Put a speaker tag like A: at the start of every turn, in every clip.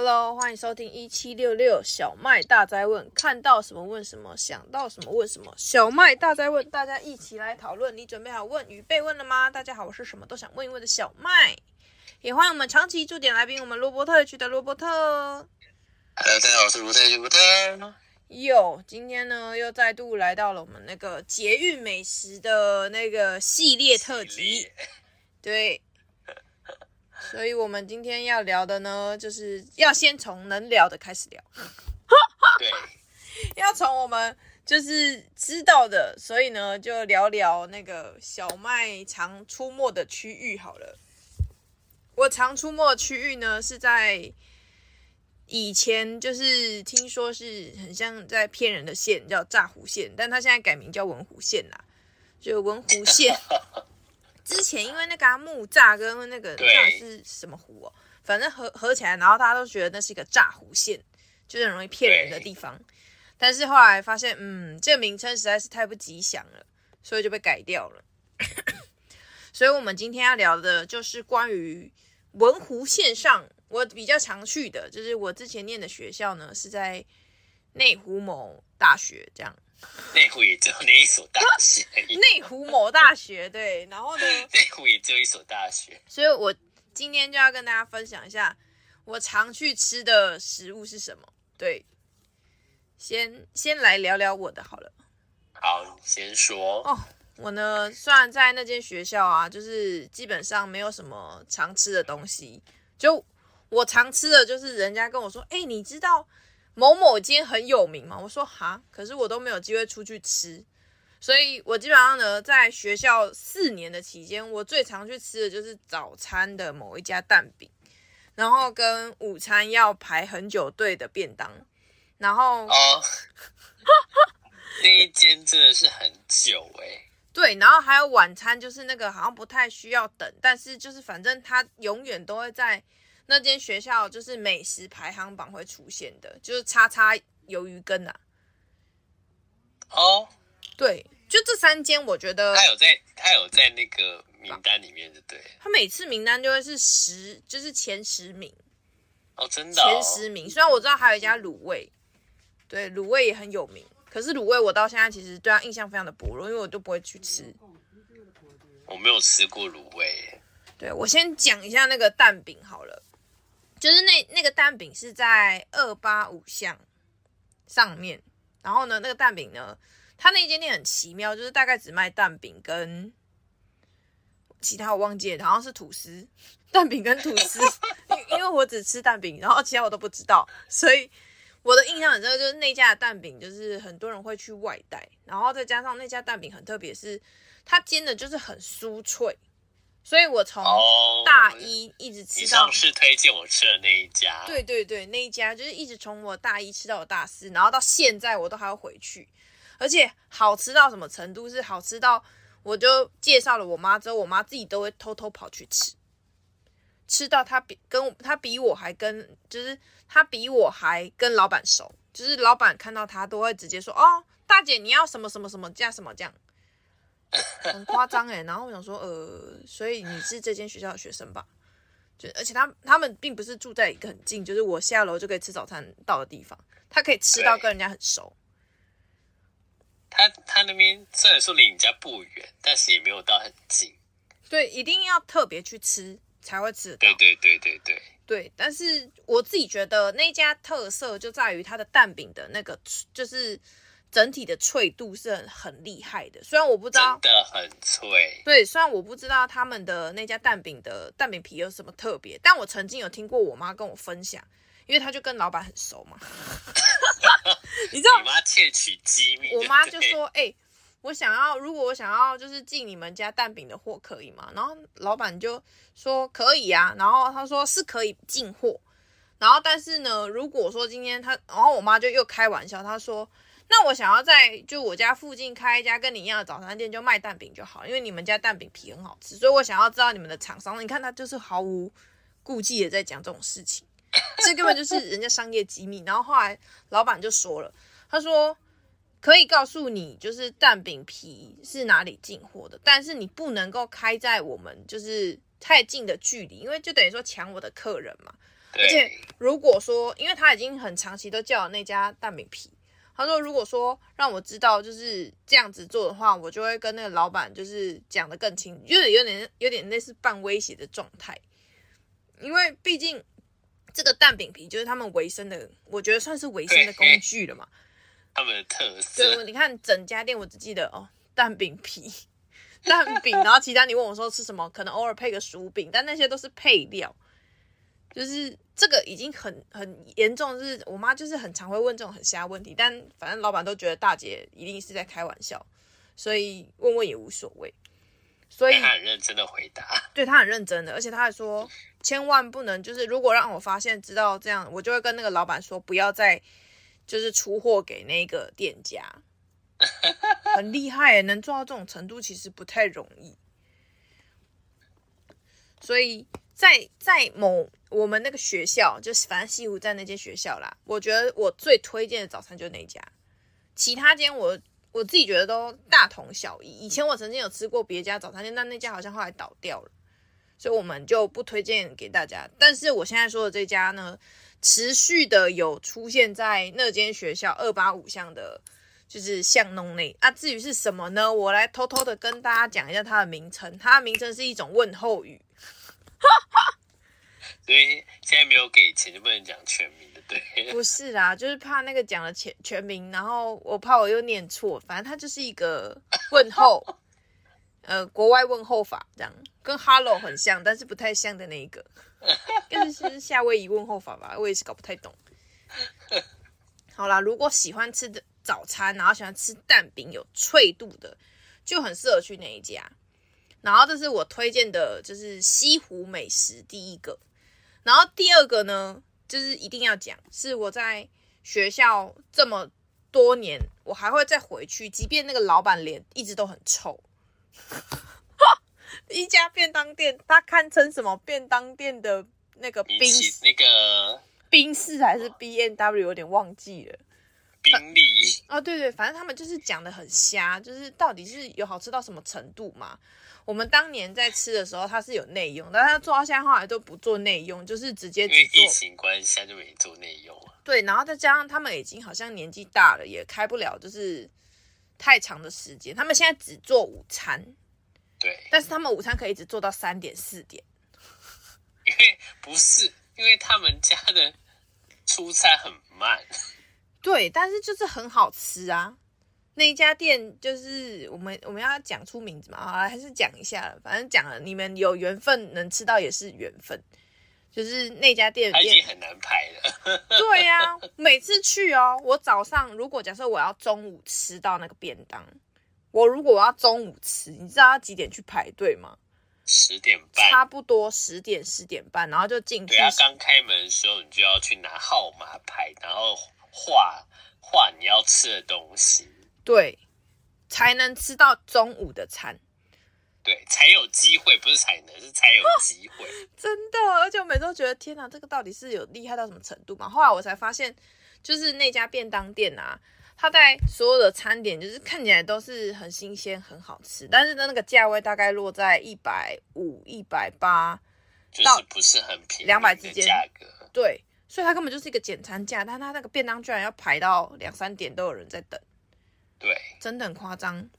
A: 喽，欢迎收听一七六六小麦大灾问，看到什么问什么，想到什么问什么。小麦大灾问，大家一起来讨论。你准备好问与被问了吗？大家好，我是什么都想问一问的小麦，也欢迎我们长期驻点来宾，我们罗伯特区的罗伯特。
B: Hello，大家好，我是卢泰卢特。
A: 哟，今天呢又再度来到了我们那个捷运美食的那个系列特辑，对。所以我们今天要聊的呢，就是要先从能聊的开始聊，
B: 对，
A: 要从我们就是知道的，所以呢就聊聊那个小麦常出没的区域好了。我常出没的区域呢是在以前，就是听说是很像在骗人的县，叫炸湖县，但它现在改名叫文湖县啦，就文湖县。之前因为那个、啊、木栅跟那个
B: 对
A: 那是什么湖哦，反正合合起来，然后大家都觉得那是一个炸湖县，就是很容易骗人的地方。但是后来发现，嗯，这个名称实在是太不吉祥了，所以就被改掉了。 所以我们今天要聊的就是关于文湖线上，我比较常去的，就是我之前念的学校呢是在内湖某大学这样，
B: 内湖也只有那一所大学而已，
A: 内湖某大学对，然后呢，
B: 内湖也只有一所大学。
A: 所以我今天就要跟大家分享一下我常去吃的食物是什么。对，先先来聊聊我的好了。
B: 好，先说
A: 哦我呢，虽然在那间学校啊，就是基本上没有什么常吃的东西，就我常吃的就是人家跟我说，哎、你知道某某间很有名吗？我说哈，可是我都没有机会出去吃，所以我基本上呢，在学校四年的期间，我最常去吃的就是早餐的某一家蛋饼，然后跟午餐要排很久队的便当，然后
B: 哦，那一间真的是很久哎、
A: 对，然后还有晚餐，就是那个好像不太需要等，但是就是反正它永远都会在那间学校就是美食排行榜会出现的，就是叉叉鱿鱼羹啊。
B: 哦，
A: 对，就这三间，我觉得
B: 他有在，他有在那个名单里面的，对。
A: 它每次名单就会是十，就是前十名，
B: 哦，真的、哦
A: 前。十名。虽然我知道还有一家卤味，对，卤味也很有名，可是卤味我到现在其实对它印象非常的薄弱，因为我都不会去吃。
B: 我没有吃过卤味，
A: 对我先讲一下那个蛋饼好了，就是那那个蛋饼是在二八五巷上面，然后呢，那个蛋饼呢，它那间店很奇妙，就是大概只卖蛋饼跟其他我忘记了，好像是吐司，蛋饼跟吐司， 因因为我只吃蛋饼，然后其他我都不知道，所以我的印象很深刻，就是那家的蛋饼就是很多人会去外带，然后再加上那家蛋饼很特别，是它煎的就是很酥脆，所以我从
B: 哦
A: 大一一直
B: 你
A: 吃到
B: 上次推荐我吃的那一家，，
A: 对对对，那一家就是一直从我大一吃到我大四，然后到现在我都还要回去，而且好吃到什么程度？是好吃到我就介绍了我妈之后，我妈自己都会偷偷跑去吃，吃到她比跟我她比我还跟就是她比我还跟老板熟，就是老板看到她都会直接说哦，大姐你要什么什么什么加什么这样。很夸张哎，然后我想说，呃，所以你是这间学校的学生吧？就而且他他们并不是住在一个很近，就是我下楼就可以吃早餐到的地方，他可以吃到
B: 对
A: 跟人家很熟。
B: 他他那边虽然说离你家不远，但是也没有到很近。
A: 对，一定要特别去吃才会吃得到
B: 对。对对对对，
A: 对，但是我自己觉得那家特色就在于它的蛋饼的那个，就是整体的脆度是很很厉害的。虽然我不知道
B: 真，的很脆。
A: 对，虽然我不知道他们的那家蛋饼的蛋饼皮有什么特别，但我曾经有听过我妈跟我分享，因为她就跟老板很熟 嘛。 你知道
B: 你妈窃取机密，
A: 我妈
B: 对
A: 就
B: 不对
A: 说：“哎、我想要，如果我想要就是进你们家蛋饼的货，可以吗？”然后老板就说：“可以啊。”然后他说：“是可以进货。”然后但是呢，如果说今天他，然后我妈就又开玩笑，她说：“那我想要在就我家附近开一家跟你一样的早餐店，就卖蛋饼就好，因为你们家蛋饼皮很好吃，所以我想要知道你们的厂商。”你看他就是毫无顾忌的在讲这种事情。这根本就是人家商业机密。然后后来老板就说了，他说可以告诉你，就是蛋饼皮是哪里进货的，但是你不能够开在我们就是太近的距离，因为就等于说抢我的客人嘛。而且
B: 对，
A: 如果说，因为他已经很长期都叫了那家蛋饼皮，他说如果说让我知道就是这样子做的话，我就会跟那个老板就是讲的更清，就是有点有点类似半威胁的状态，因为毕竟这个蛋饼皮就是他们维生的，我觉得算是维生的工具了嘛。
B: 他们的特
A: 对，
B: 色，
A: 你看整家店我只记得哦蛋饼皮。蛋饼，然后其他你问我说吃什么，可能偶尔配个薯饼，但那些都是配料。就是这个已经很很严重，就是我妈就是很常会问这种很瞎的问题，但反正老板都觉得大姐一定是在开玩笑，所以问问也无所谓。所以
B: 但他很认真的回答，
A: 对他很认真的，而且他还说，千万不能就是如果让我发现知道这样，我就会跟那个老板说不要再就是出货给那个店家。很厉害耶，能做到这种程度其实不太容易。所以在在某我们那个学校，就是反正西湖站那间学校啦，我觉得我最推荐的早餐就是那一家，其他间我我自己觉得都大同小异。以前我曾经有吃过别家早餐店，但那家好像后来倒掉了，所以我们就不推荐给大家。但是我现在说的这家呢，持续的有出现在那间学校二八五巷的。就是巷弄内啊，至于是什么呢？我来偷偷的跟大家讲一下它的名称。它的名称是一种问候语，
B: 所以现在没有给钱就不能讲全名的，对，
A: 不是啦，就是怕那个讲了全全名，然后我怕我又念错，反正它就是一个问候，呃，国外问候法这样，跟 hello 很像，但是不太像的那一个，应该是夏威夷问候法吧，我也是搞不太懂。好啦，如果喜欢吃的早餐，然后喜欢吃蛋饼有脆度的，就很适合去那一家。然后这是我推荐的，就是西湖美食第一个。然后第二个呢，就是一定要讲，是我在学校这么多年，我还会再回去，即便那个老板脸一直都很臭。 一家便当店，它堪称什么便当店的那个
B: 比
A: 冰
B: 起那个
A: 冰室还是 B N W，有点忘记了。
B: 宾利，
A: 哦，对对，反正他们就是讲的很瞎，就是到底是有好吃到什么程度嘛？我们当年在吃的时候，它是有内用，但它做到现在后来都不做内用，就是直接
B: 因
A: 只
B: 为
A: 做
B: 疫情关系，他就没做内用啊，
A: 对，然后再加上他们已经好像年纪大了，也开不了就是太长的时间，他们现在只做午餐，
B: 对，
A: 但是他们午餐可以只做到三点四点。
B: 因为不是因为他们家的出餐很慢，
A: 对，但是就是很好吃啊。那一家店就是我们我们要讲出名字嘛，好啦还是讲一下了。反正讲了，你们有缘分能吃到也是缘分。就是那家店
B: 他已经
A: 店，
B: 很难排了，
A: 对呀、每次去哦，我早上如果假设我要中午吃到那个便当，我如果我要中午吃，你知道要几点去排队吗？
B: 十点
A: 差
B: 半。
A: 不多十点十点半，然后就进去
B: 对他啊刚开门的时候，你就要去拿号码牌，然后画画你要吃的东西，
A: 对，才能吃到中午的餐。
B: 对，才有机会，不是才能，是才有机 会。
A: 真的，而且我每次都觉得天哪，这个到底是有厉害到什么程度嘛？后来我才发现，就是那家便当店啊，它在所有的餐点就是看起来都是很新鲜、很好吃，但是呢，那个价位大概落在一百五、一百八，
B: 就是不是很便宜，
A: 200之
B: 的
A: 间
B: 价格，
A: 对，所以它根本就是一个简餐价，但它那个便当居然要排到两三点都有人在等，
B: 对，
A: 真的很夸张。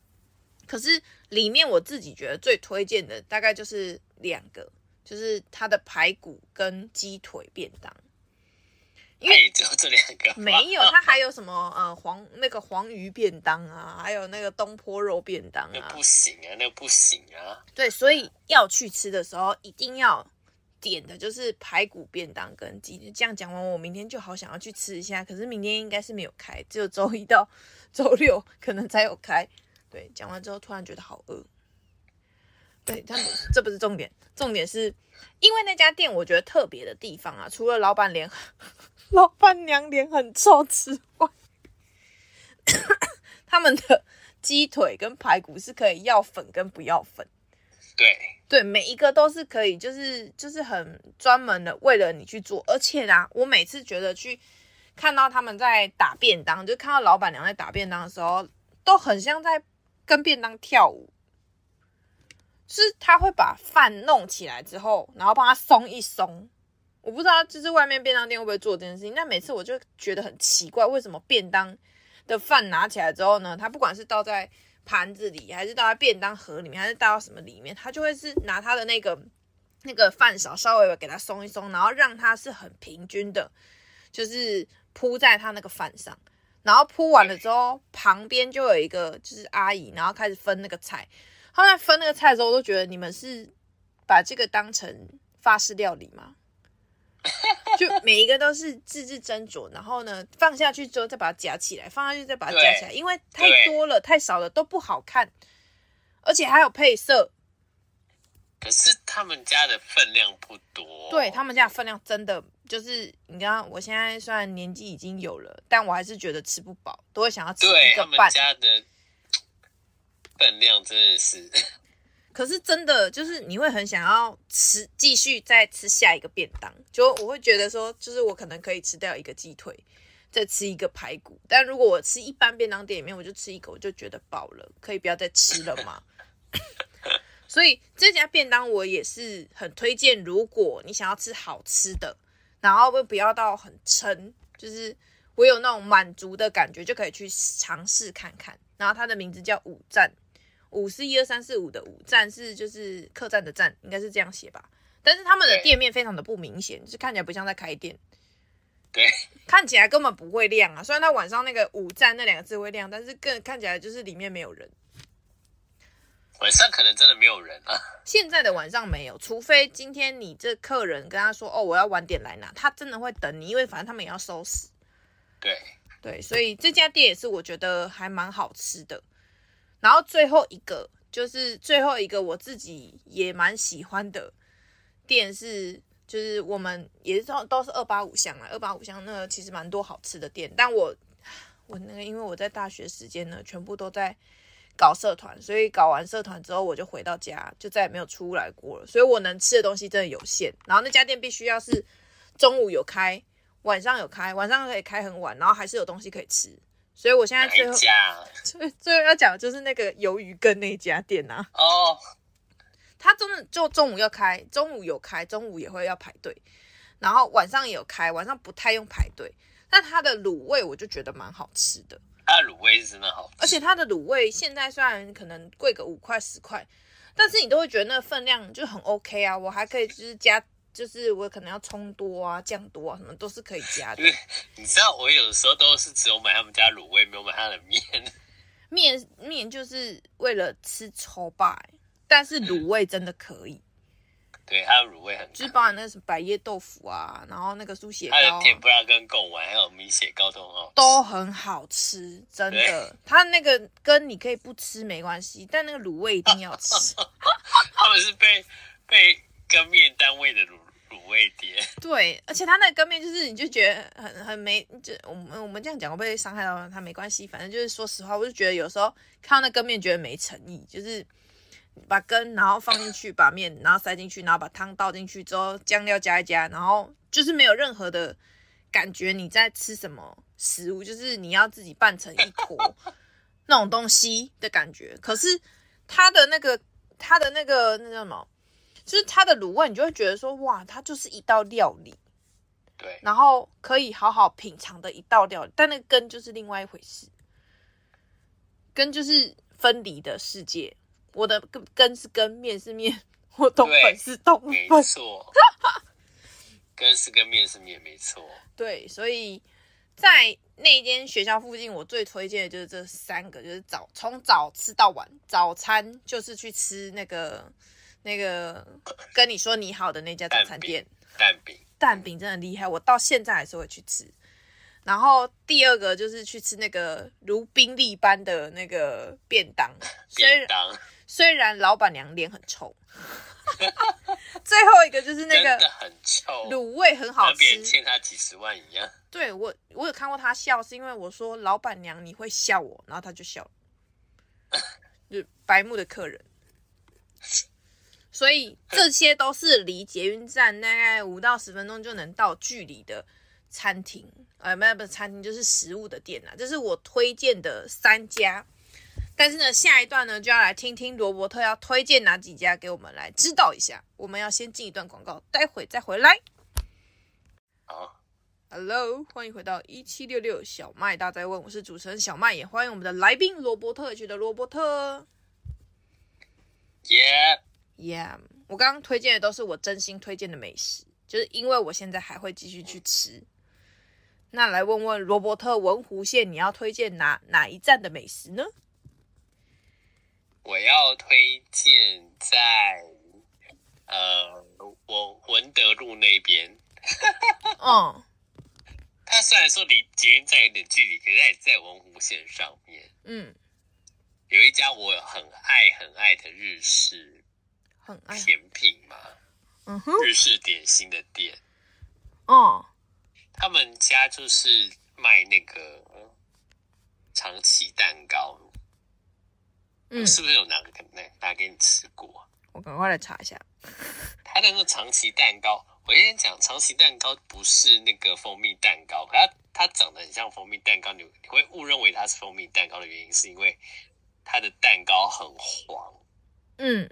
A: 可是里面我自己觉得最推荐的大概就是两个，就是它的排骨跟鸡腿便当。因
B: 它
A: 为
B: 也只有这两个吧，
A: 没有，它还有什么呃黄那个黄鱼便当啊，还有那个东坡肉便当
B: 那
A: 啊
B: 不。行啊，那不行啊，
A: 对，所以要去吃的时候一定要点的就是排骨便当跟鸡。这样讲完，我明天就好想要去吃一下，可是明天应该是没有开，只有周一到 周六可能才有开。对，讲完之后突然觉得好饿。对，但不这不是重点，重点是因为那家店我觉得特别的地方啊，除了老板脸 老板娘脸很臭之外， 他们的鸡腿跟排骨是可以要粉跟不要粉。
B: 对，
A: 对，每一个都是可以，就是就是很专门的为了你去做。而且啦，我每次觉得去看到他们在打便当，就看到老板娘在打便当的时候，都很像在跟便当跳舞。就是他会把饭弄起来之后，然后帮他松一松。我不知道就是外面便当店会不会做这件事情，但每次我就觉得很奇怪，为什么便当的饭拿起来之后呢，它不管是倒在盘子里，还是倒在便当盒里面，还是倒到什么里面，它就会是拿它的那个那个饭勺稍微给它松一松，然后让它是很平均的，就是铺在它那个饭上。然后铺完了之后，旁边就有一个就是阿姨，然后开始分那个菜。后来分那个菜的时候，我都觉得你们是把这个当成法式料理吗？就每一个都是自制斟酌，然后呢放下去之后再把它夹起来，放下去再把它夹起来，因为太多了、太少了都不好看，而且还有配色。
B: 可是他们家的分量不多，
A: 对他们家的分量真的就是你刚刚，我现在虽然年纪已经有了，但我还是觉得吃不饱，都会想要吃
B: 对
A: 一
B: 他
A: 个
B: 们
A: 半。
B: 家的分量真的是，
A: 可是真的就是你会很想要吃，继续再吃下一个便当。就我会觉得说，就是我可能可以吃掉一个鸡腿，再吃一个排骨。但如果我吃一般便当店里面，我就吃一口我就觉得饱了，可以不要再吃了吗？所以这家便当我也是很推荐，如果你想要吃好吃的，然后又不要到很撑，就是我有那种满足的感觉，就可以去尝试看看。然后它的名字叫五站，五是一二三四五的五，站是就是客栈的站，应该是这样写吧。但是他们的
B: 对
A: 店面非常的不明显，就是看起来不像在开店，
B: 对，
A: 看起来根本不会亮啊。虽然它晚上那个五站那两个字会亮，但是更看起来就是里面没有人。
B: 晚上可能真的没有人啊，
A: 现在的晚上没有，除非今天你这客人跟他说哦，我要晚点来拿，他真的会等你，因为反正他们也要收拾。
B: 对，
A: 对，所以这家店也是我觉得还蛮好吃的。然后最后一个就是最后一个我自己也蛮喜欢的店是，就是我们也是都都是二八五巷啊，二八五巷那个其实蛮多好吃的店，但我我那个因为我在大学时间呢，全部都在搞社团，所以搞完社团之后我就回到家，就再也没有出来过了，所以我能吃的东西真的有限。然后那家店必须要是中午有开，晚上有开，晚上可以开很晚，然后还是有东西可以吃。所以我现在
B: 哪
A: 最
B: 一
A: 后
B: 家啊
A: 最最后要讲的就是那个鱿鱼羹那一家店啊，
B: 哦？
A: 它真的就中午要开，中午有开，中午也会要排队，然后晚上也有开，晚上不太用排队。但它的卤味我就觉得蛮好吃的，
B: 它的卤味是真的好吃，
A: 而且它的卤味现在虽然可能贵个五块十块，但是你都会觉得那个分量就很 OK 啊，我还可以就是加，就是我可能要葱多啊、酱多啊，什么都是可以加的
B: 因。为你知道我有的时候都是只有买他们家卤味，没有买他的面，
A: 面面就是为了吃抽吧、但是卤味真的可以，
B: 对，它的卤味很
A: 就
B: 好
A: 是包含那个什么百叶豆腐啊，然后那个猪血糕、
B: 它的
A: 啊。
B: 甜不辣跟贡丸还有米血糕都很好吃，
A: 都很好吃，真的。它那个跟你可以不吃没关系，但那个卤味一定要吃。
B: 他们是被被跟面单位的卤卤味店，
A: 对，而且它那个羹面就是，你就觉得很很没，就我们我们这样讲会被伤害到它没关系，反正就是说实话，我就觉得有时候看到那羹面觉得没诚意，就是把羹然后放进去，把面然后塞进去，然后把汤倒进去之后，酱料加一加，然后就是没有任何的感觉你在吃什么食物，就是你要自己拌成一坨那种东西的感觉。可是它的那个它的那个那叫什么？就是它的卤味，你就会觉得说，哇，它就是一道料理，
B: 对，
A: 然后可以好好品尝的一道料理。但那个根就是另外一回事，根就是分离的世界。我的根根是根，面是面，我懂
B: 对
A: 粉是懂
B: 没
A: 粉。
B: 错，跟是跟面是面，没错，
A: 对，所以在那间学校附近，我最推荐的就是这三个，就是早从早吃到晚，早餐就是去吃那个那个跟你说你好的那家早餐店。
B: 蛋饼，
A: 蛋饼真的厉害，我到现在还是会去吃。然后第二个就是去吃那个如宾利般的那个便当，虽
B: 便
A: 然
B: 当，
A: 虽然老板娘脸很臭， 最后一个就是那
B: 真的
A: 个
B: 很臭，
A: 卤味很好
B: 跟别人
A: 吃。
B: 欠他几十万一样，
A: 对我，我有看过他笑，是因为我说老板娘你会笑我，然后他就笑了，就白目的客人。所以这些都是离捷运站大概五到十分钟就能到距离的餐厅，呃，没有不是餐厅，就是食物的店啊。这是我推荐的三家。但是呢，下一段呢就要来听听罗伯特要推荐哪几家给我们来知道一下。我们要先进一段广告，待会再回来。
B: 好，
A: Hello，欢迎回到一七六六小麦大在问，我是主持人小麦，也欢迎我们的来宾罗伯特 H 的罗伯特。
B: 耶、
A: Yeah，我刚刚推荐的都是我真心推荐的美食，就是因为我现在还会继续去吃。那来问问罗伯特文湖线，你要推荐哪哪一站的美食呢？
B: 我要推荐在呃，我文德路那边。
A: 嗯
B: 它虽然说离捷运站有点距离，可是它也在文湖线上面。
A: 嗯，
B: 有一家我很爱很爱的日式
A: 很爱，
B: 甜品嘛，
A: 嗯哼，
B: 日式点心的店，
A: 嗯
B: 他们家就是卖那个长崎蛋糕，
A: 嗯，
B: 是不是有拿给拿拿给你吃过？啊
A: 我赶快来查一下。
B: 它那个长崎蛋糕，我跟你讲，长崎蛋糕不是那个蜂蜜蛋糕，可它它长得很像蜂蜜蛋糕，你你会误认为它是蜂蜜蛋糕的原因，是因为它的蛋糕很黄。
A: 嗯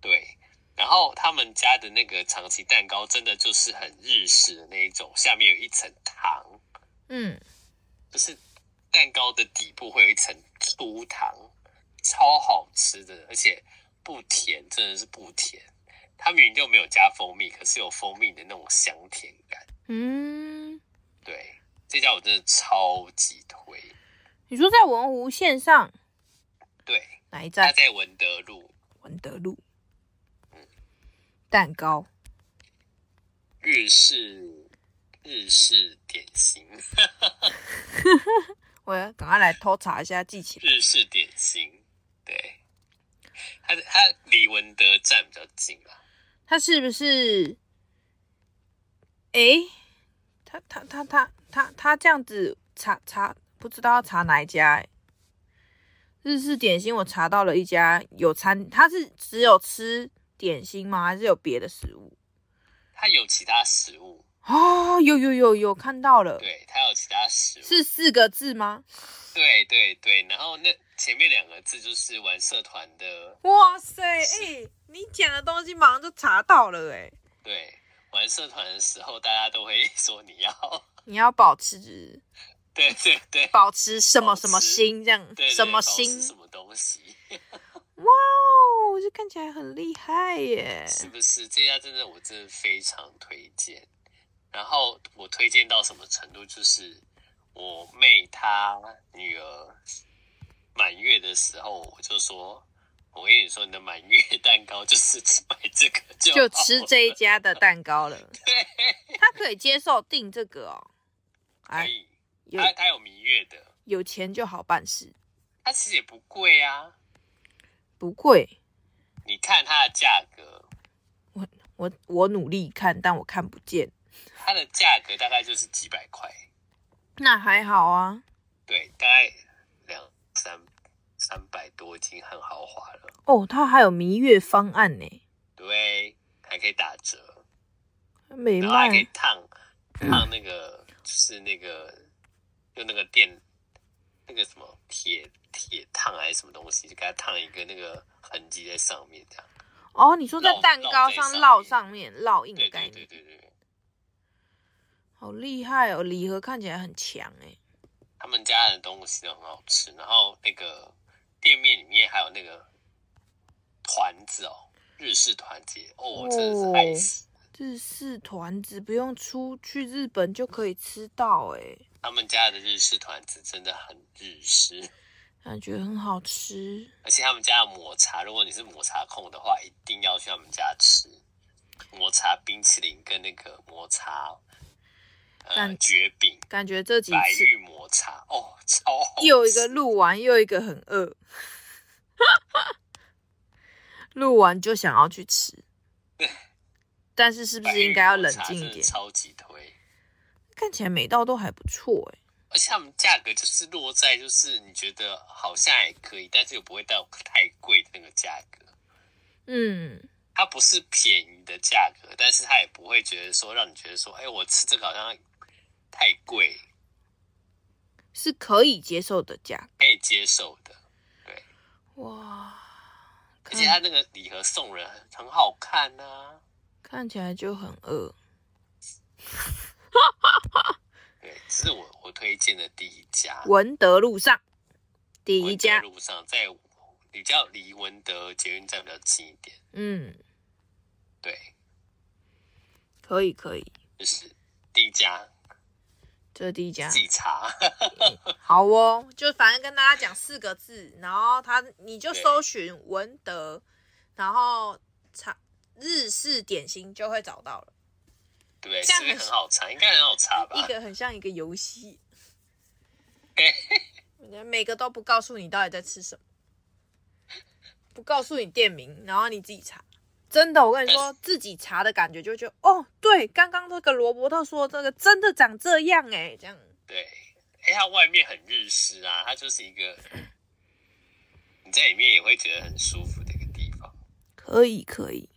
B: 对，然后他们家的那个长崎蛋糕真的就是很日式的那一种，下面有一层糖，
A: 嗯
B: 就是蛋糕的底部会有一层粗糖，超好吃的，而且不甜，真的是不甜。它明明就没有加蜂蜜，可是有蜂蜜的那种香甜感。
A: 嗯，
B: 对，这家我真的超级推。
A: 你说在文湖线上
B: 对，
A: 哪一
B: 它
A: 站？
B: 在文德路
A: 文德路。蛋糕，
B: 日式日式点心，
A: 我要赶快来偷查一下，记起来。
B: 日式点心，对，它它离文德站比较近啊，
A: 他是不是？诶，他他他他他他这样子查查，不知道要查哪一家、诶日式点心我查到了一家有餐，他是只有吃点心吗？还是有别的食物？
B: 它有其他食物，
A: 哦，有有有有看到了，
B: 对，它有其他食物，
A: 是四个字吗？
B: 对对对，然后那前面两个字就是玩社团的，
A: 哇塞，
B: 是
A: 诶，你讲的东西马上就查到了、诶，
B: 对，玩社团的时候大家都会 说你要，
A: 你要保持
B: 对对对。
A: 保持什么
B: 保
A: 什么
B: 持
A: 心这样，
B: 对对
A: 什么
B: 保持
A: 心？
B: 什么东西？
A: 哇哦，这看起来很厉害耶！
B: 是不是这家真的我真的非常推荐？然后我推荐到什么程度？就是我妹她女儿满月的时候，我就说：“我跟你说，你的满月蛋糕就是只买这个 就
A: 就
B: 好
A: 吃
B: 了
A: 这一家的蛋 糕了。他可以接受订这个哦。
B: 可
A: 哎，
B: 以。
A: 有
B: 她她有蜜月的，
A: 有钱就好办事，
B: 它其实也不贵啊。
A: 不贵。
B: 你看它的价格，
A: 我我努力看，但我看不见。
B: 它的价格大概就是几百块，
A: 那还好啊，
B: 对，大概两三三百多已经很豪华了。
A: 哦，他还有蜜月方案呢，
B: 对，还可以打折，
A: 没
B: 然后还可以
A: 卖
B: 烫烫那个，就是那个用那个电那个什么铁铁烫还是什么东西，就给它烫一个那个痕迹在上面，这样。
A: 哦。你说在
B: 烙
A: 蛋糕上烙
B: 烙在
A: 上面烙印的
B: 对
A: 概
B: 对对
A: 念，
B: 对对，
A: 好厉害哦！礼盒看起来很强哎，
B: 他们家的东西都很好吃，然后那个店面里面还有那个团子哦，日式团结哦，我真的是爱死。
A: 日式团子不用出去日本就可以吃到哎，
B: 他们家的日式团子真的很日式，
A: 感觉很好吃。
B: 而且他们家的抹茶，如果你是抹茶控的话，一定要去他们家吃抹茶冰淇淋跟那个抹茶呃
A: 但
B: 绝饼
A: 感觉这几
B: 白
A: 次
B: 玉抹茶哦，超好吃
A: 又一个录完，又一个很饿， 录完就想要去吃，但是是不
B: 白
A: 是
B: 玉
A: 应该要冷
B: 抹茶
A: 静一
B: 真的
A: 点？
B: 超级推，
A: 看起来每道都还不错哎、
B: 而且他们价格就是落在就是你觉得好像还可以，但是又不会到太贵的那个价格。
A: 嗯，
B: 它不是便宜的价格，但是它也不会觉得说让你觉得说，哎、我吃这个好像太贵，
A: 是可以接受的价
B: 可以接受的。对，
A: 格哇，
B: 而且它
A: 看
B: 那个礼盒送啊人很好看呐、
A: 看起来就很饿，
B: 推荐的第一家，
A: 文德路上第一
B: 文
A: 家
B: 德，路上，在比较离文德捷运站比较近一点。
A: 嗯，
B: 对，
A: 可以可以，
B: 就是第一家，
A: 啊这是第一家
B: 自，己查。
A: 好哦，就反正跟大家讲四个字，然后他你就搜寻文德，然后查日式点心就会找到了，
B: 对不对？
A: 这样
B: 是不是
A: 很
B: 很好查？应该很好查吧？
A: 一个很像一个游戏，
B: 对
A: 每个都不告诉你到底在吃什么，不告诉你店名，然后你自己查。真的，我跟你说，自己查的感觉就觉得，哦，对，刚刚那个罗伯特说的这个真的长这样哎、这样
B: 对，哎，它外面很日式啊，它就是一个你在里面也会觉得很舒服的一个地方。
A: 可以可以，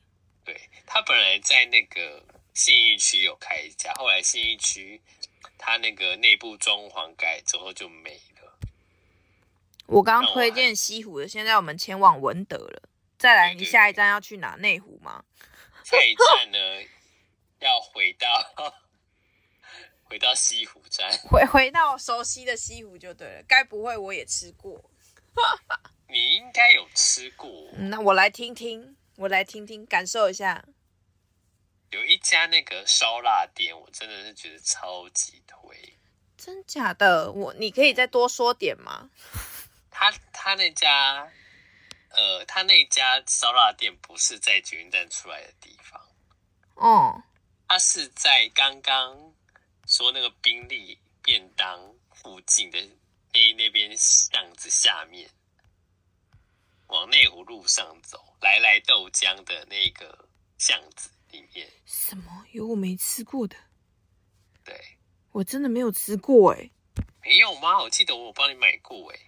B: 对，它本来在那个信义区有开一家，后来信义区它那个内部装潢改之后就没了。
A: 我刚
B: 那
A: 刚
B: 我
A: 推
B: 还
A: 荐西湖的，现在我们前往文德了。再来，
B: 对
A: 你
B: 对
A: 下一
B: 对
A: 站要去哪？内湖吗？
B: 下一站呢，要回到回到西湖站。
A: 回回到熟悉的西湖就对了。该不会我也吃过？
B: 你应该有吃过，
A: 嗯那我来听听，我来听听，感受一下。
B: 有一家那个烧腊店，我真的是觉得超级推。
A: 真假的？我你可以再多说点吗？
B: 他他那家，呃，他那家烧腊店不是在捷运站出来的地方，
A: 哦，
B: 它是在刚刚说那个宾利便当附近的那那边巷子下面，往内湖路上走，来来豆浆的那个巷子里面，
A: 什么？有我没吃过的？
B: 对，
A: 我真的没有吃过哎、
B: 没有吗？我记得我有帮你买过、欸，诶，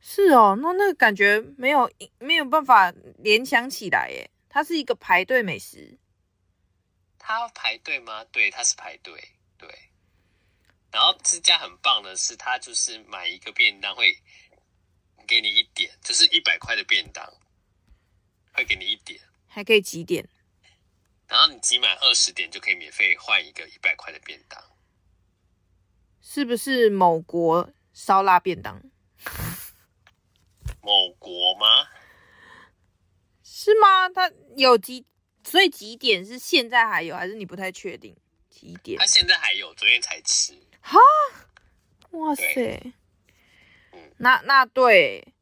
A: 是哦，那那个感觉没有没有办法联想起来哎、它是一个排队美食。
B: 他要排队吗？对，他是排队，对。然后这家很棒的是，他就是买一个便当会给你一点，就是一百块的便当，会给你一点，
A: 还可以几点？
B: 然后你集满二十点就可以免费换一个一百块的便当。
A: 是不是某国烧腊便当？
B: 某国吗？
A: 是吗？它有几？所以几点是现在还有，还是你不太确定？几点
B: 他？现在还有，昨天才吃。
A: 哇塞
B: 嗯！哎
A: 那那对，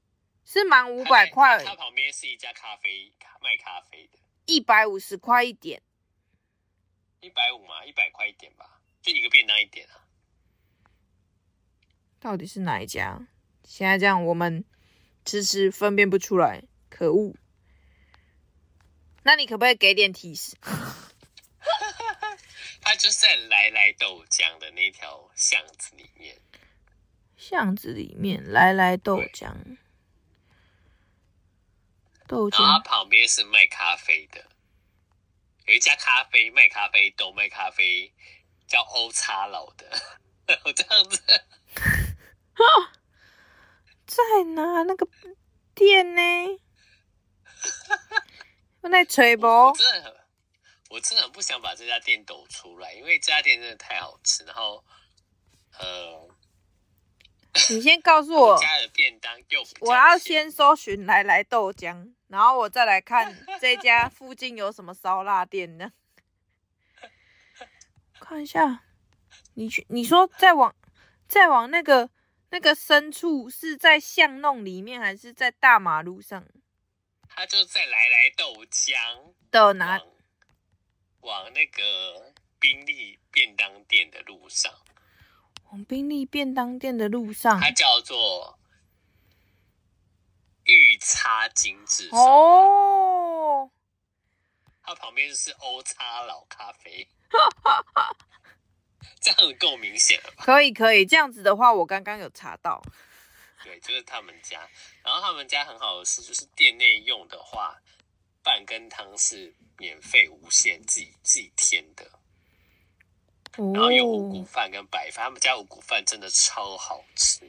A: 是满五百块，
B: 他旁边是一家咖啡咖卖咖啡的，
A: 一百五十块一点，
B: 一百五嘛，一百块一点吧，就一个便当一点啊。
A: 到底是哪一家？现在这样我们迟迟分辨不出来，可恶！那你可不可以给点提示？
B: 他就是在来来豆浆的那条巷子里面。
A: 巷子里面来来豆浆，豆
B: 然后它
A: 浆
B: 旁边是卖咖啡的，有一家咖啡卖咖啡豆卖咖啡，叫欧叉老的， 我这样子
A: 在哪？那个店呢？我在吹
B: 我
A: 波
B: 我，真的很，我真的很不想把这家店抖出来，因为这家店真的太好吃。然后，呃，
A: 你先告诉我。
B: 家的便当又比较
A: 我要
B: 便宜
A: 先搜寻来来豆浆，然后我再来 看这家附近有什么烧腊店呢？看一下，你去，你说再往再往那个那个深处，是在巷弄里面还是在大马路上
B: 它就在来来豆浆
A: 的哪？
B: 往往那个宾利便当店的路上，
A: 往宾利便当店的路上
B: 它。叫做玉叉精致烧腊
A: 哦，
B: 它旁边就是欧叉老咖啡，这样够明显了 吧？
A: 可以可以，这样子的话，我刚刚有查到。
B: 对，就是他们家。然后他们家很好的是，就是店内用的话，饭跟汤是免费无限自己自己添的，
A: 哦
B: 然后有五谷饭跟白饭，他们家五谷饭真的超好吃。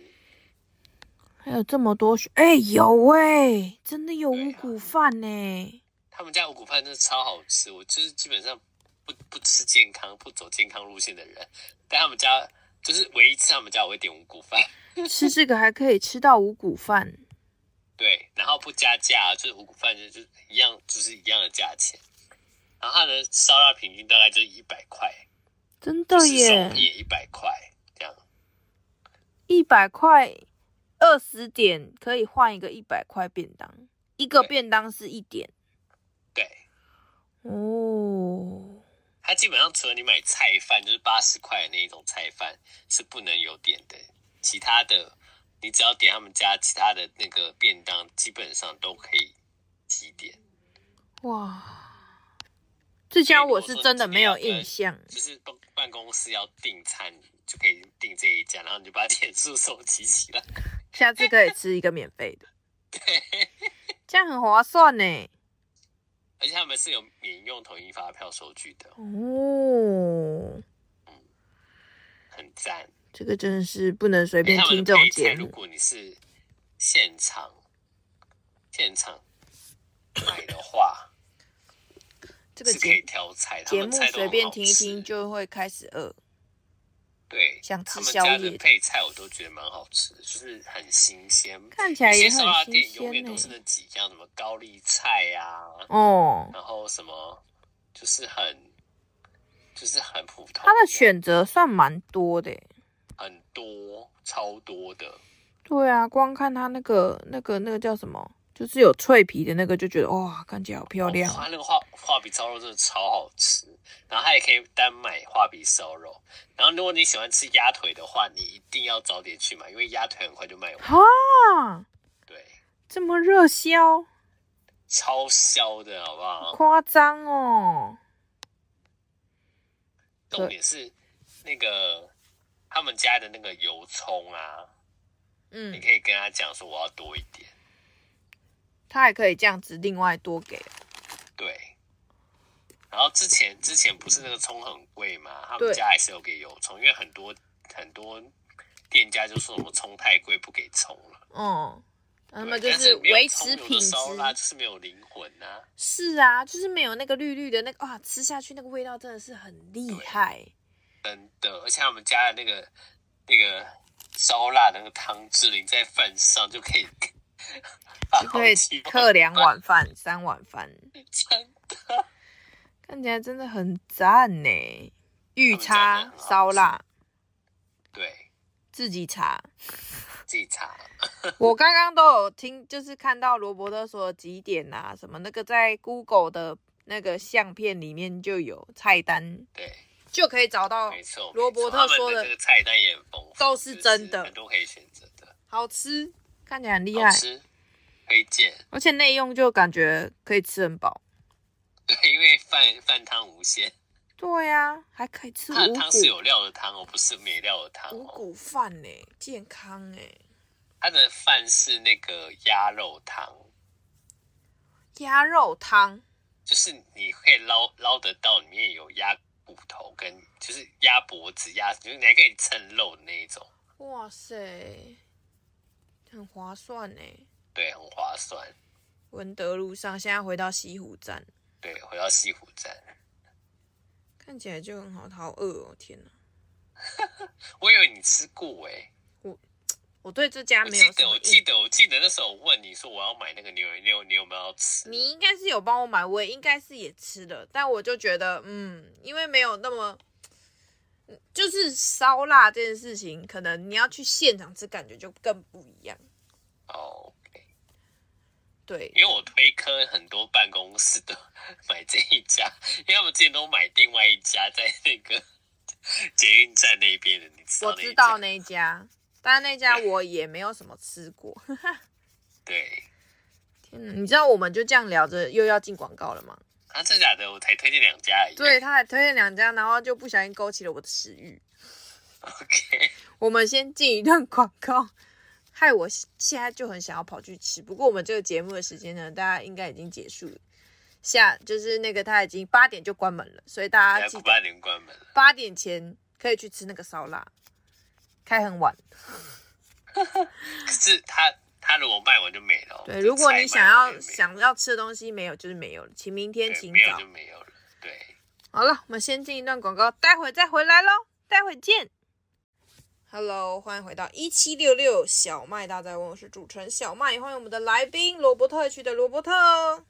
A: 还有这么多选，哎、有哎、真的有
B: 对啊
A: 五谷饭呢、欸
B: 他们家五谷饭真的超好吃，我就是基本上不不吃健康、不走健康路线的人，但他们家就是唯一次他们家我会点五谷饭，
A: 吃这个还可以吃到五谷饭，
B: 对，然后不加价，啊就是五谷饭就就一样，就是一样的价钱。然后它的烧腊平均大概就是一百块，
A: 真的
B: 就是
A: 耶
B: 手！也一百块这样。
A: 一百块二十点可以换一个一百块便当，一个
B: 对
A: 便当是一点
B: 对，
A: 哦。
B: 它基本上除了你买菜饭，就是八十块的那一种菜饭是不能有点的，其他的你只要点他们家其他的那个便当，基本上都可以几点。
A: 哇，这家我是真的没有印象。
B: 就是办办公室要订餐，就可以订这一家，然后你就把点数收集起来。
A: 下次可以吃一个免费的，这样很划算欸呢。
B: 而且他们是有免用统一发票收据的，
A: 哦，
B: 很赞。
A: 这个真的是不能随
B: 因为
A: 便
B: 他
A: 听
B: 们
A: 这
B: 的
A: 种
B: 配菜，
A: 节
B: 如
A: 目。
B: 果你是现场现场买的话，
A: 这个
B: 是可以
A: 节
B: 挑菜，他
A: 节
B: 们
A: 目
B: 菜都很
A: 随
B: 好
A: 便听一听
B: 吃
A: 就会开始饿。
B: 对，
A: 想吃
B: 他们
A: 宵
B: 家
A: 夜
B: 的
A: 的
B: 配菜我都觉得蛮好吃的，就是很新鲜。
A: 看起
B: 有
A: 来也
B: 些
A: 很
B: 烧腊
A: 新
B: 店永
A: 鲜欸
B: 远都
A: 呢、
B: 是那几样，什么高丽菜呀、
A: 哦，
B: 然后什么就是很就是很普通，
A: 它的选择算蛮多的耶。欸
B: 很多超多的，
A: 对啊，光看它那个那个那个叫什么，就是有脆皮的那个，就觉得哇，看起来好漂亮
B: 哦它那个画画笔烧肉真的超好吃，然后它也可以单买画笔烧肉，然后如果你喜欢吃鸭腿的话，你一定要早点去买，因为鸭腿很快就卖完，
A: 哈，
B: 对，
A: 这么热销，
B: 超销的好不好？
A: 夸张哦。
B: 重点是那个他们家的那个油葱啊，你
A: 嗯，
B: 可以跟他讲说我要多一点，
A: 它还可以这样子另外多给。
B: 对。然后之前之前不是那个葱很贵吗？他们
A: 对
B: 家还是有给油葱，因为很多很多店家就说什么葱太贵不给葱了。
A: 嗯，那么就
B: 对但是没有
A: 维
B: 葱
A: 持
B: 有的
A: 品质。
B: 烧腊就是没有灵魂呐、啊。
A: 是啊，就是没有那个绿绿的那个哇，吃下去那个味道真的是很厉
B: 啊
A: 害。
B: 真的，而且他们家的那个那个烧腊的那个汤汁淋在饭上就可以，
A: 就可以克两碗饭、三碗饭，
B: 真的
A: 看起来真的很赞呢。玉
B: 他
A: 叉
B: 们家真的很好啊吃
A: 烧腊
B: 对
A: 自己 查，
B: 自己查。
A: 我刚刚都有听，就是看到罗伯特说的几点啊，什么那个在 Google 的那个相片里面就有菜单，
B: 对，
A: 就可以找到
B: 没错，
A: 哦罗伯特说
B: 的
A: 的
B: 这个菜单也很丰富，
A: 都是真的
B: 就是很多可以选择的，
A: 好吃，看起来很厉害
B: 好，吃，推荐。
A: 而且内用就感觉可以吃很饱。
B: 对，因为饭饭汤无限，
A: 对呀、还可以吃
B: 它
A: 五
B: 的
A: 谷
B: 汤是有料的汤哦，不是没料的汤
A: 五
B: 哦。
A: 谷饭呢、健康哎、
B: 它的饭是那个鸭肉汤，
A: 鸭肉汤
B: 就是你可以捞捞得到，里面有鸭骨头跟就是鸭脖子、鸭，就是你还可以蹭肉的那一种，
A: 哇塞，很划算呢。
B: 对，很划算。
A: 文德路上，现在回到西湖站，
B: 对，回到西湖站，
A: 看起来就很好，好饿哦！天哪，
B: 我以为你吃过欸诶、
A: 我对这家
B: 我
A: 没有
B: 记
A: 什
B: 得，
A: 么
B: 我
A: 印
B: 记得，我记得那时候我问你说我要买那个牛油牛，你有没有要吃？
A: 你应该是有帮我买，我也应该是也吃了，但我就觉得，嗯，因为没有那么，就是烧腊这件事情，可能你要去现场吃，感觉就更不一样。
B: 哦，OK，
A: 对
B: 因为我推科很多办公室都 买这一家，因为他们之前都买另外一家在那个 捷运站那边的，你知道
A: 我
B: 那一
A: 知
B: 家
A: 道那一家，但那家我也没有什么吃过。
B: 对，
A: 天哪，你知道我们就这样聊着又要进广告了吗？
B: 啊，真的假的？我才推荐两家而已。
A: 对，他还推荐两家，然后就不小心勾起了我的食欲。
B: ，OK，
A: 我们先进一段广告，害我现在就很想要跑去吃。不过我们这个节目的时间呢，大家应该已经结束了。下就是那个他已经八点就关门了，所以大家
B: 要
A: 记
B: 八
A: 得
B: 点关门了。
A: 八点前可以去吃那个烧腊，开很晚。
B: 可是他他如果卖完就没了哦。
A: 对，
B: 就
A: 如果
B: 菜
A: 你
B: 卖
A: 想
B: 完
A: 要
B: 就没了
A: 想要吃的东西没有，就是没有了，请明天
B: 对
A: 请
B: 没有
A: 早
B: 就。没有了。对，
A: 好了，我们先进一段广告，待会再回来喽，待会见。 Hello，欢迎回到一七六六小麦大在问，我是主持人小麦，也欢迎我们的来宾罗伯特区的罗伯特。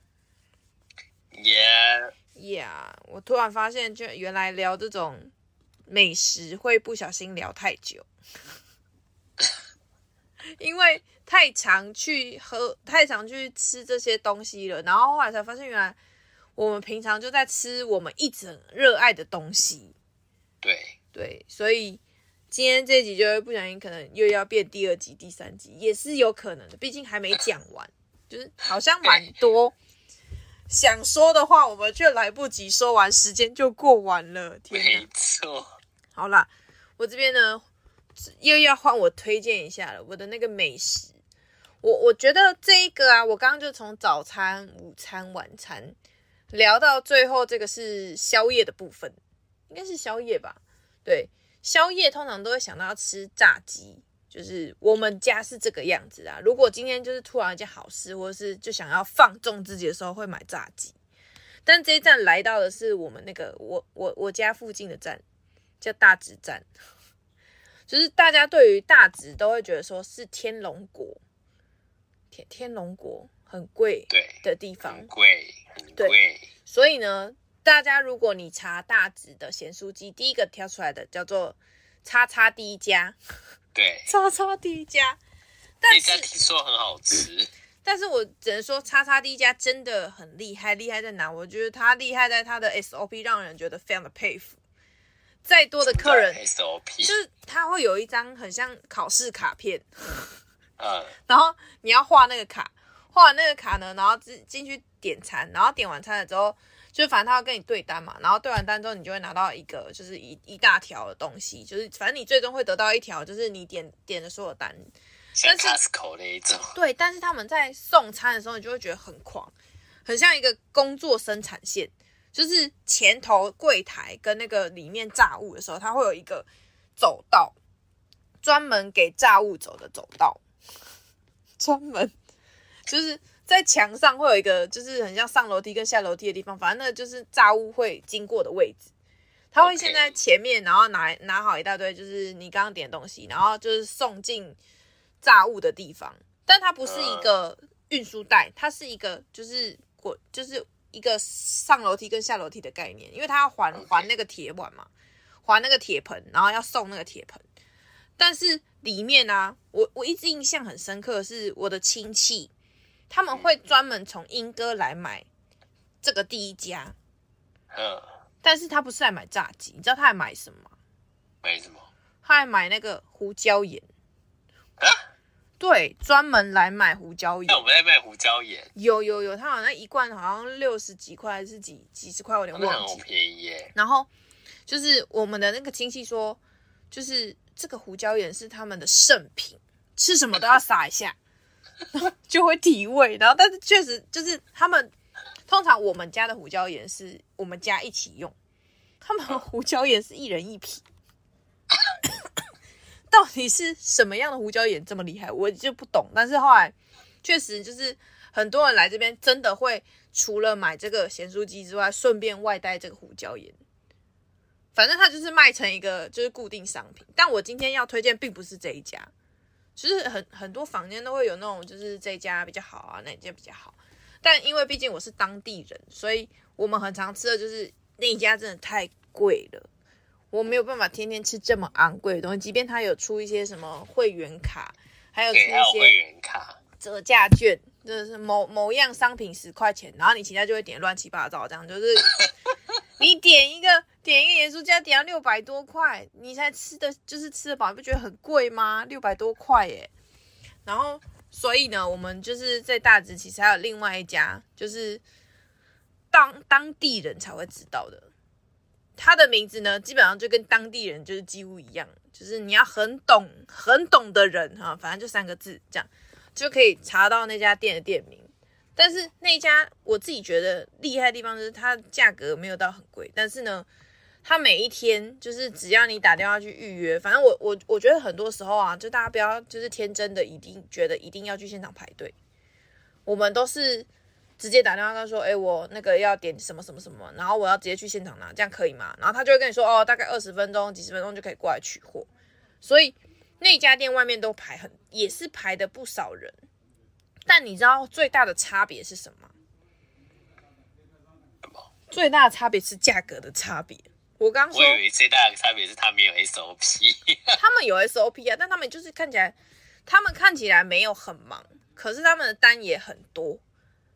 B: 耶、
A: Yeah，我突然发现，就原来聊这种美食会不小心聊太久， 因为太常去喝、太常去吃这些东西了。然后后来才发现，原来我们平常就在吃我们一直很热爱的东西。
B: 对，
A: 对，所以今天这集就会不小心可能又要变第二集、第三集，也是有可能的，毕竟还没讲完，就是好像蛮多想说的话，我们却来不及说完，时间就过完了，天
B: 没
A: 哪！
B: 错，
A: 好啦，我这边呢又要换我推荐一下了，我的那个美食。我我觉得这一个啊，我刚刚就从早餐、午餐、晚餐聊到最后，这个是宵夜的部分，应该是宵夜吧？对，宵夜通常都会想到要吃炸鸡，就是我们家是这个样子啊。如果今天就是突然一件好事，或者是就想要放纵自己的时候，会买炸鸡。但这一站来到的是我们那个我我我家附近的站，叫大直站，就是大家对于大直都会觉得说是天龙国，天天龙国很贵
B: 对，
A: 的地方
B: 很，贵，很
A: 嗯对
B: 贵，
A: 所以呢，大家如果你查大直的咸酥鸡，第一个挑出来的叫做“叉叉第一家”，
B: 对，
A: 叉叉第一家。 但
B: 那家
A: 是，嗯
B: 听说很好吃，
A: 但是我只能说，叉叉第一家真的很厉害，厉害在哪？我觉得他厉害在他的 SOP 让人觉得非常的佩服。再多的客人，
B: SOP，
A: 就是他会有一张很像考试卡片，
B: 嗯，
A: 然后你要画那个卡，画完那个卡呢，然后进进去点餐，然后点完餐了之后，就是反正他要跟你对单嘛，然后对完单之后，你就会拿到一个就是一一大条的东西，就是反正你最终会得到一条，就是你点点的所有单。
B: 像
A: 但
B: Costco 那一种，
A: 对，但是他们在送餐的时候，你就会觉得很狂，很像一个工作生产线，就是前头柜台跟那个里面炸物的时候，它会有一个走道，专门给炸物走的走道，专门就是在墙上会有一个，就是很像上楼梯跟下楼梯的地方，反正那就是炸物会经过的位置。他会先在
B: OK
A: 前面，然后拿拿好一大堆，就是你刚刚点的东西，然后就是送进炸物的地方，但它不是一个运输带，它是一个就是我就是一个上楼梯跟下楼梯的概念，因为它要还
B: OK
A: 还那个铁碗嘛，还那个铁盆，然后要送那个铁盆。但是里面啊，我我一直印象很深刻的是我的亲戚，他们会专门从英哥来买这个第一家，
B: 嗯，
A: 但是他不是来买炸鸡，你知道他还买什么吗？
B: 买什么？
A: 他还买那个胡椒盐，
B: 啊，
A: 对，专门来买胡椒盐
B: 那我。们在卖胡椒盐，
A: 有有有，他好像一罐好像六十几块还是几几十块，我有点
B: 那
A: 忘
B: 很
A: 记。
B: 便宜耶，
A: 然后就是我们的那个亲戚说，就是这个胡椒盐是他们的圣品，吃什么都要撒一下，就会提味。然后但是确实就是他们通常我们家的胡椒盐是我们家一起用，他们胡椒盐是一人一瓶。 到底是什么样的胡椒盐这么厉害，我就不懂。但是后来确实就是很多人来这边真的会除了买这个咸酥鸡之外，顺便外带这个胡椒盐。反正它就是卖成一个就是固定商品。但我今天要推荐并不是这一家，就是很很多房间都会有那种就是这家比较好啊，那家比较好。但因为毕竟我是当地人，所以我们很常吃的就是那一家真的太贵了。我没有办法天天吃这么昂贵的东西，即便它有出一些什么会员卡，还有出一
B: 对，还有
A: 些
B: 会员卡，
A: 折价券，就是某某样商品十块钱，然后你其他就会点乱七八糟，这样就是你点一个点一个盐酥鸡要点到六百多块，你才吃的就是吃得饱，你不觉得很贵吗？六百多块耶，然后所以呢，我们就是在大直其实还有另外一家，就是当当地人才会知道的。它的名字呢，基本上就跟当地人就是几乎一样，就是你要很懂、很懂的人哈，反正就三个字这样。就可以查到那家店的店名。但是那家我自己觉得厉害的地方就是它价格没有到很贵，但是呢，它每一天就是只要你打电话去预约，反正我我我觉得很多时候啊，就大家不要就是天真的一定觉得一定要去现场排队，我们都是直接打电话跟他说，哎、我那个要点什么什么什么，然后我要直接去现场拿，这样可以吗？然后他就会跟你说，哦，大概二十分钟、几十分钟就可以过来取货，所以那家店外面都排很，也是排的不少人。但你知道最大的差别是什么吗？
B: 什么？
A: 最大的差别是价格的差别。我刚说
B: 我以为最大的差别是他没有 SOP，
A: 他们有 SOP 啊，但他们就是看起来，他们看起来没有很忙，可是他们的单也很多。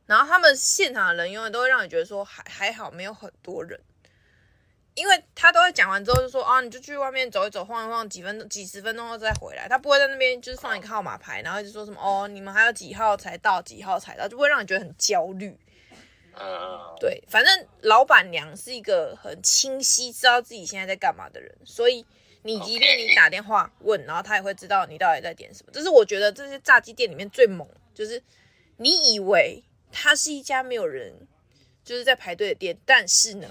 A: 然后他们现场的人永远都会让你觉得说还还好没有很多人，因为他都会讲完之后就说啊，你就去外面走一走、晃一晃，几分钟、几十分钟后再回来。他不会在那边就是放一个号码牌，然后一直说什么哦，你们还有几号才到，几号才到，就会让你觉得很焦虑。
B: 嗯，
A: 对，反正老板娘是一个很清晰知道自己现在在干嘛的人，所以你即便
B: OK
A: 你打电话问，然后她也会知道你到底在点什么。这是我觉得这些炸鸡店里面最猛，就是你以为它是一家没有人就是在排队的店，但是呢，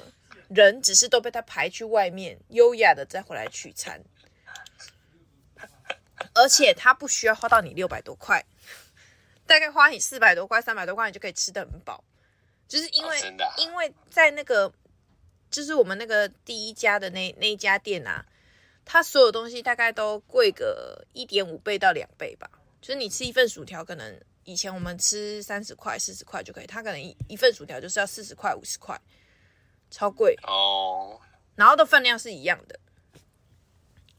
A: 人只是都被他排去外面，优雅的再回来取餐，而且他不需要花到你六百多块，大概花你四百多块、三百多块，你就可以吃的很饱。就是因为、
B: 哦真的啊
A: 因为在那个就是我们那个第一家的那那一家店啊，它所有东西大概都贵个一点五倍到两倍吧。就是你吃一份薯条，可能以前我们吃三十块、四十块就可以，它可能一一份薯条就是要四十块、五十块，超贵。
B: 哦，
A: 然后的分量是一样的，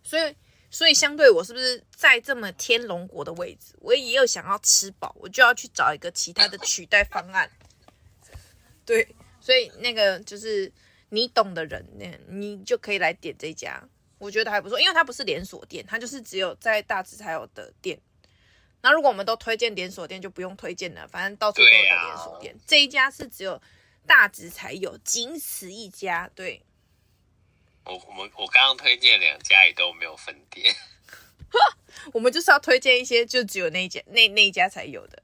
A: 所以所以相对我是不是在这么天龙国的位置，我也有想要吃饱，我就要去找一个其他的取代方 案。对，所以那个就是你懂的人，那你就可以来点这家，我觉得还不错，因为它不是连锁店，它就是只有在大直才有的店。那如果我们都推荐连锁店，就不用推荐了，反正到处都有
B: 对啊
A: 连锁店。这一家是只有大直才有，仅此一家。对，
B: 我我们我刚刚推荐两家也都没有分店，
A: 我们就是要推荐一些就只有那一家那那一家才有的。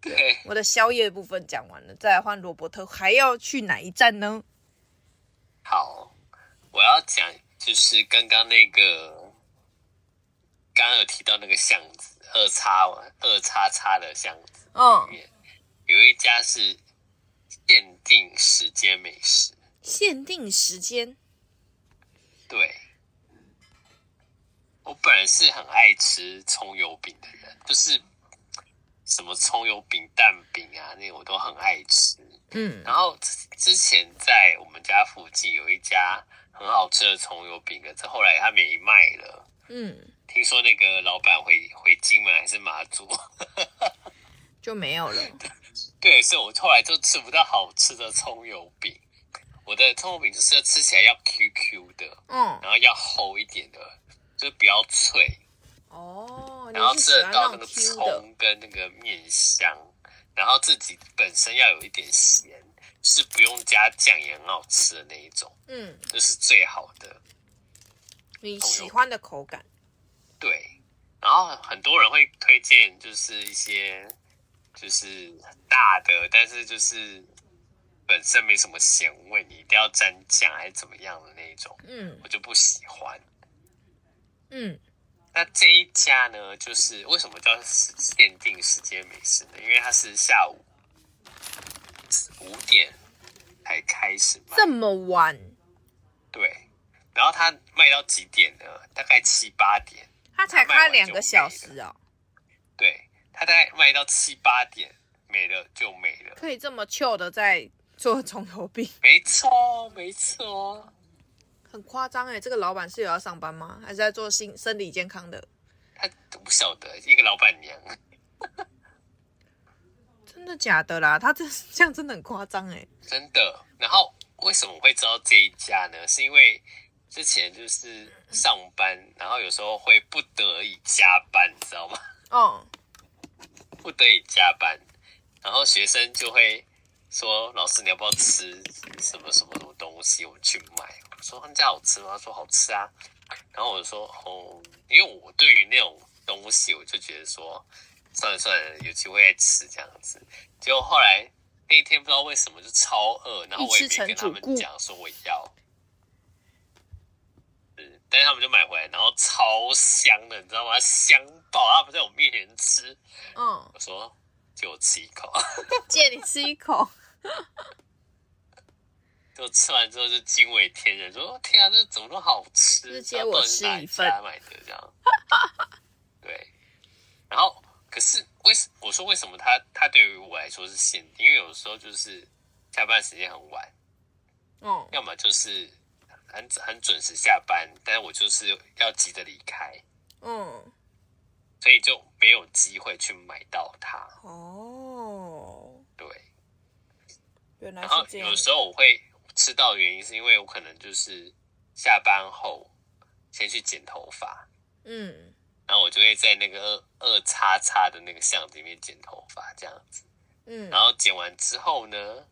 B: 对，
A: 我的宵夜部分讲完了，再来换罗伯特，还要去哪一站呢？
B: 好，我要讲就是刚刚那个，刚刚有提到那个巷子二叉二叉叉的巷子
A: 嗯
B: 里，面，有一家是限定时间美食，
A: 限定时间，
B: 对。我本人是很爱吃葱油饼的人，就是什么葱油饼、蛋饼啊那种我都很爱吃。
A: 嗯
B: 然后之之前在我们家附近有一家很好吃的葱油饼，可是后来他没卖了。
A: 嗯，
B: 听说那个老板回回金门还是马祖，
A: 就没有了。
B: 对，所以我后来就吃不到好吃的葱油饼。我的葱油饼就是吃起来要 QQ 的，
A: 嗯，
B: 然后要厚一点的，就是比较脆，
A: 哦，
B: 然后
A: 你
B: 吃
A: 是喜
B: 得
A: 欢
B: 到
A: 那种
B: 那个
A: Q 的，
B: 葱跟那个面香，然后自己本身要有一点咸，是不用加酱也很好吃的那一种，
A: 嗯，
B: 这、是最好的。
A: 你喜欢的口感，
B: 对，然后很多人会推荐，就是一些就是大的，但是就是本身没什么咸味，你一定要沾酱还是怎么样的那一种，
A: 嗯
B: 我就不喜欢。
A: 嗯
B: 那这一家呢，就是为什么叫限定时间美食呢？因为它是下午五点才开始卖，
A: 这么晚，
B: 对，然后它卖到几点呢？大概七八点。
A: 它才开两个小时哦，
B: 对，它大概卖到七八点没了就没了。
A: 可以这么 Q 的在做葱油饼，
B: 没错，没错，
A: 很夸张哎！这个老板是有要上班吗？还是在做心生理健康的？
B: 他我不晓得一个老板娘，
A: 真的假的啦？他这这样真的很夸张哎。
B: 真的。然后为什么会知道这一家呢？是因为之前就是上班，然后有时候会不得已加班，你知道吗？
A: 哦，
B: 不得已加班，然后学生就会说：“老师，你要不要吃什么什么什么东西？我们去买。”我说：“他们家好吃吗？”他说：“好吃啊。”然后我就说：“哦，因为我对于那种东西，我就觉得说，算了算了，有机会再吃这样子。”结果后来那一天不知道为什么就超饿，然后我也
A: 一吃成
B: 没跟他
A: 主顾
B: 们讲说我要。嗯，但是他们就买回来，然后超香的，你知道吗？香爆！他们在我面前吃，
A: 嗯，
B: 我说就吃一口，
A: 借你吃一口。
B: 就吃完之后就惊为天人，说天啊，这怎么都好吃，
A: 就是借我吃一份
B: 然后到底是哪家买的这样。对，然后可是为什我说为什么它它对于我来说是限定？因为有时候就是下班时间很晚，
A: 哦，
B: 要么就是很很准时下班，但是我就是要急着离开，
A: 嗯，
B: 所以就没有机会去买到它。
A: 哦，
B: 对，
A: 原来
B: 然
A: 是
B: 后
A: 这样
B: 有。时候我会吃到的原因是因为我可能就是下班后先去剪头发，
A: 嗯，
B: 然后我就会在那个二二叉叉的那个巷子里面剪头发这样子，
A: 嗯
B: 然后剪完之后呢，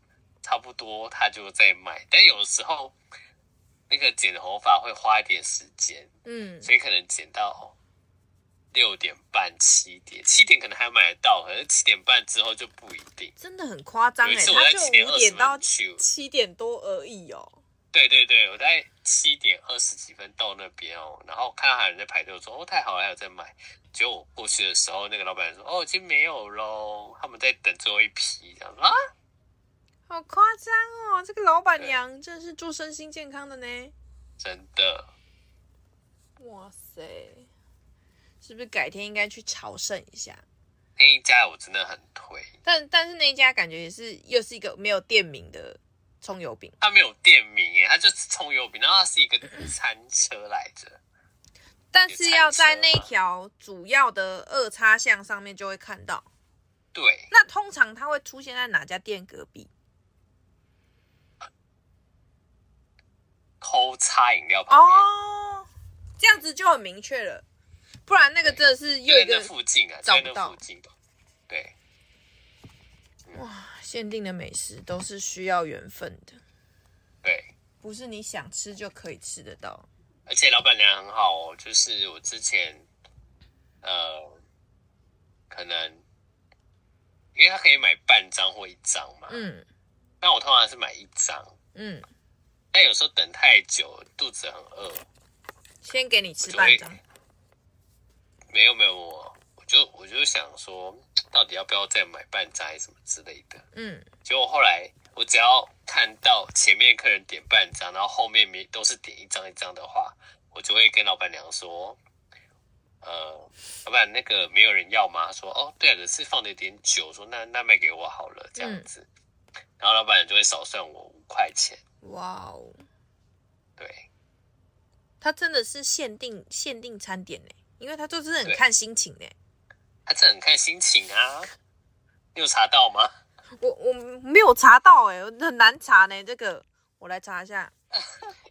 B: 差不多他就在卖，但有时候那个剪头发会花一点时间，
A: 嗯
B: 所以可能剪到六点半七点，七点可能还买得到，可是七点半之后就不一定。
A: 真的很夸张
B: 有
A: 哎、
B: 一次我
A: 他
B: 在
A: 就
B: 七点
A: 五
B: 二十
A: 点到
B: 分去，
A: 七点多而已哦。
B: 对对对，我在七点二十几分到那边哦，然后看到还有人在排队，我说哦太好了，还有在买。结果我过去的时候，那个老板说哦已经没有喽，他们在等最后一批，这样啊，
A: 好夸张哦！这个老板娘真是做身心健康的呢。
B: 真的，
A: 哇塞，是不是改天应该去朝圣一下？
B: 那一家我真的很推，
A: 但但是那一家感觉也是又是一个没有店名的葱油饼，
B: 它没有店名耶，它就是葱油饼，然后它是一个餐车来着，
A: 但是要在那一条主要的二叉巷上面就会看到。
B: 对，
A: 那通常它会出现在哪家店隔壁？
B: 抠叉饮料旁边，
A: 哦，这样子就很明确了，不然那个真的是又
B: 就
A: 一
B: 在
A: 个
B: 那附近啊，
A: 找
B: 在
A: 不
B: 那
A: 到
B: 附近，对。
A: 限定的美食都是需要缘分的，
B: 对
A: 不是你想吃就可以吃得到。
B: 而且老板娘很好哦，就是我之前，呃，可能因为她可以买半张或一张嘛，
A: 嗯
B: 那我通常是买一张，
A: 嗯，
B: 但有时候等太久，肚子很饿，
A: 先给你吃半张。
B: 没有没有我，我就我就想说，到底要不要再买半张还是什么之类的。
A: 嗯，
B: 结果后来我只要看到前面客人点半张，然后后面没都是点一张一张的话，我就会跟老板娘说，呃，老板那个没有人要吗？她说哦，对啊，可是放了一点酒，说那那卖给我好了这样子，
A: 嗯
B: 然后老板娘就会少算我五块钱，
A: 哇哦，
B: 对
A: 它真的是限定限定餐点呢，因为它就是很
B: 对
A: 看心情呢。
B: 他这很看心情啊，你有查到吗？
A: 我我没有查到哎，很难查呢。这个我来查一 下，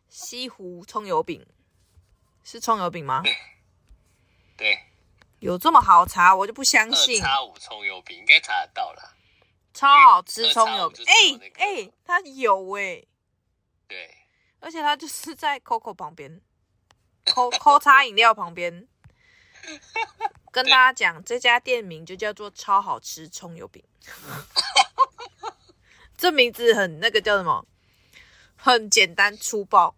A: 西湖葱油饼是葱油饼吗？
B: 对，
A: 有这么好查？我就不相
B: 二
A: 信，
B: 叉五葱油饼应该查得到啦，
A: 超好吃葱油饼。
B: 二
A: 哎
B: 叉五就是
A: 哎、
B: 有那个
A: 它有哎、
B: 对。
A: 而且它就是在 Coco 旁边，Co Co 叉饮料旁 边。跟大家讲，这家店名就叫做“超好吃葱油饼”，这名字很那个叫什么？很简单粗暴。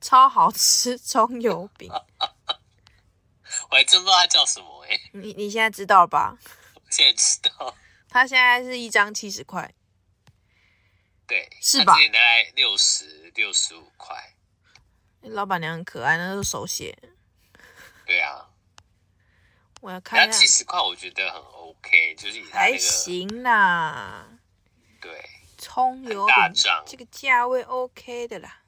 A: 超好吃葱油饼，
B: 我还真不知道它叫什么哎、
A: 你你现在知道了吧？
B: 我现在知道，
A: 它现在是一张七十块，
B: 对，
A: 是
B: 它
A: 吧
B: 之前大概六十六十五块，
A: 老板娘很可爱，那是手写。
B: 对啊，
A: 我要看
B: 那
A: 一
B: 七
A: 下，
B: 十块我觉得很 OK，就是以它那
A: 还
B: 个
A: 行啦。
B: 对，
A: 葱油
B: 很大
A: 饼
B: 张
A: 这个价位 OK 的啦。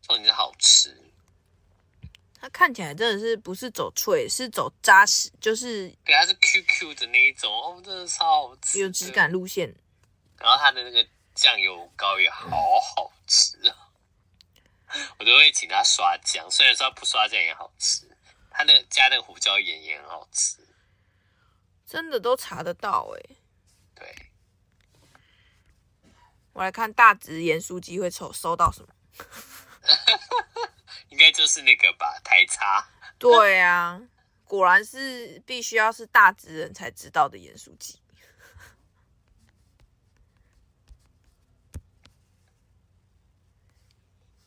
B: 重点是好吃，
A: 它看起来真的是不是走脆，是走扎实，就是
B: 对，啊它是 QQ 的那一种，哦，真的超好吃，
A: 有质感。路线。
B: 然后它的那个酱油膏也好好吃啊，我都会请他刷酱，虽然说它不刷酱也好吃，它那个加那个胡椒盐也很好吃，
A: 真的都查得到哎、
B: 对，
A: 我来看大直盐酥鸡会抽收到什么？
B: 应该就是那个吧，台叉。
A: 对啊，果然是必须要是大直人才知道的盐酥鸡。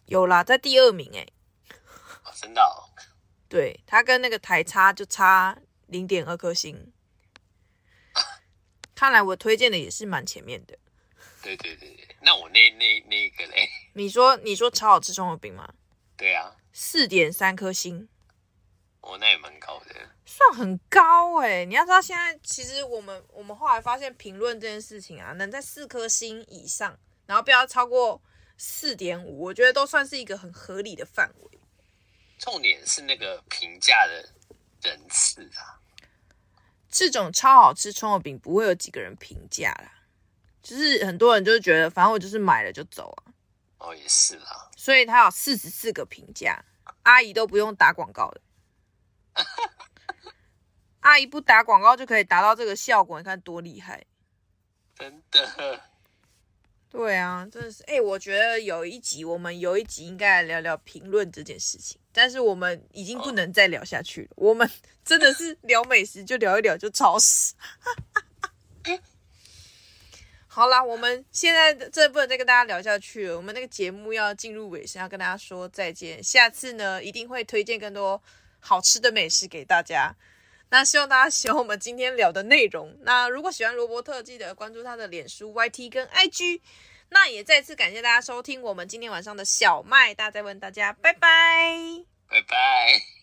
A: 有啦，在第二名哎、
B: 哦真的、哦，
A: 对，它跟那个台差就差零点二颗星。看来我推荐的也是蛮前面的。
B: 对对对对，那我那那那个嘞，
A: 你说你说超好吃葱油饼吗？
B: 对啊，
A: 四点三颗星，
B: 我那也蛮高的。
A: 算很高哎、你要知道，现在其实我们我们后来发现评论这件事情啊，能在四颗星以上，然后不要超过四点五，我觉得都算是一个很合理的范围。
B: 重点是那个评价的人次啊，
A: 这种超好吃葱油饼不会有几个人评价啦，就是很多人就是觉得，反正我就是买了就走啊，
B: 哦也是啦，
A: 所以它有四十四个评价，阿姨都不用打广告的， 阿姨不打广告就可以达到这个效果，你看多厉害！
B: 真的。
A: 对啊，真的是哎、我觉得有一集我们有一集应该来聊聊评论这件事情，但是我们已经不能再聊下去了。我们真的是聊美食就聊一聊就超时。好啦，我们现在这不能再跟大家聊下去了，我们那个节目要进入尾声，要跟大家说再见。下次呢，一定会推荐更多好吃的美食给大家。那希望大家喜欢我们今天聊的内容。那如果喜欢罗伯特，记得关注他的脸书、YT 跟 IG。那也再次感谢大家收听我们今天晚上的小麦大家问大家，拜拜。
B: 拜拜。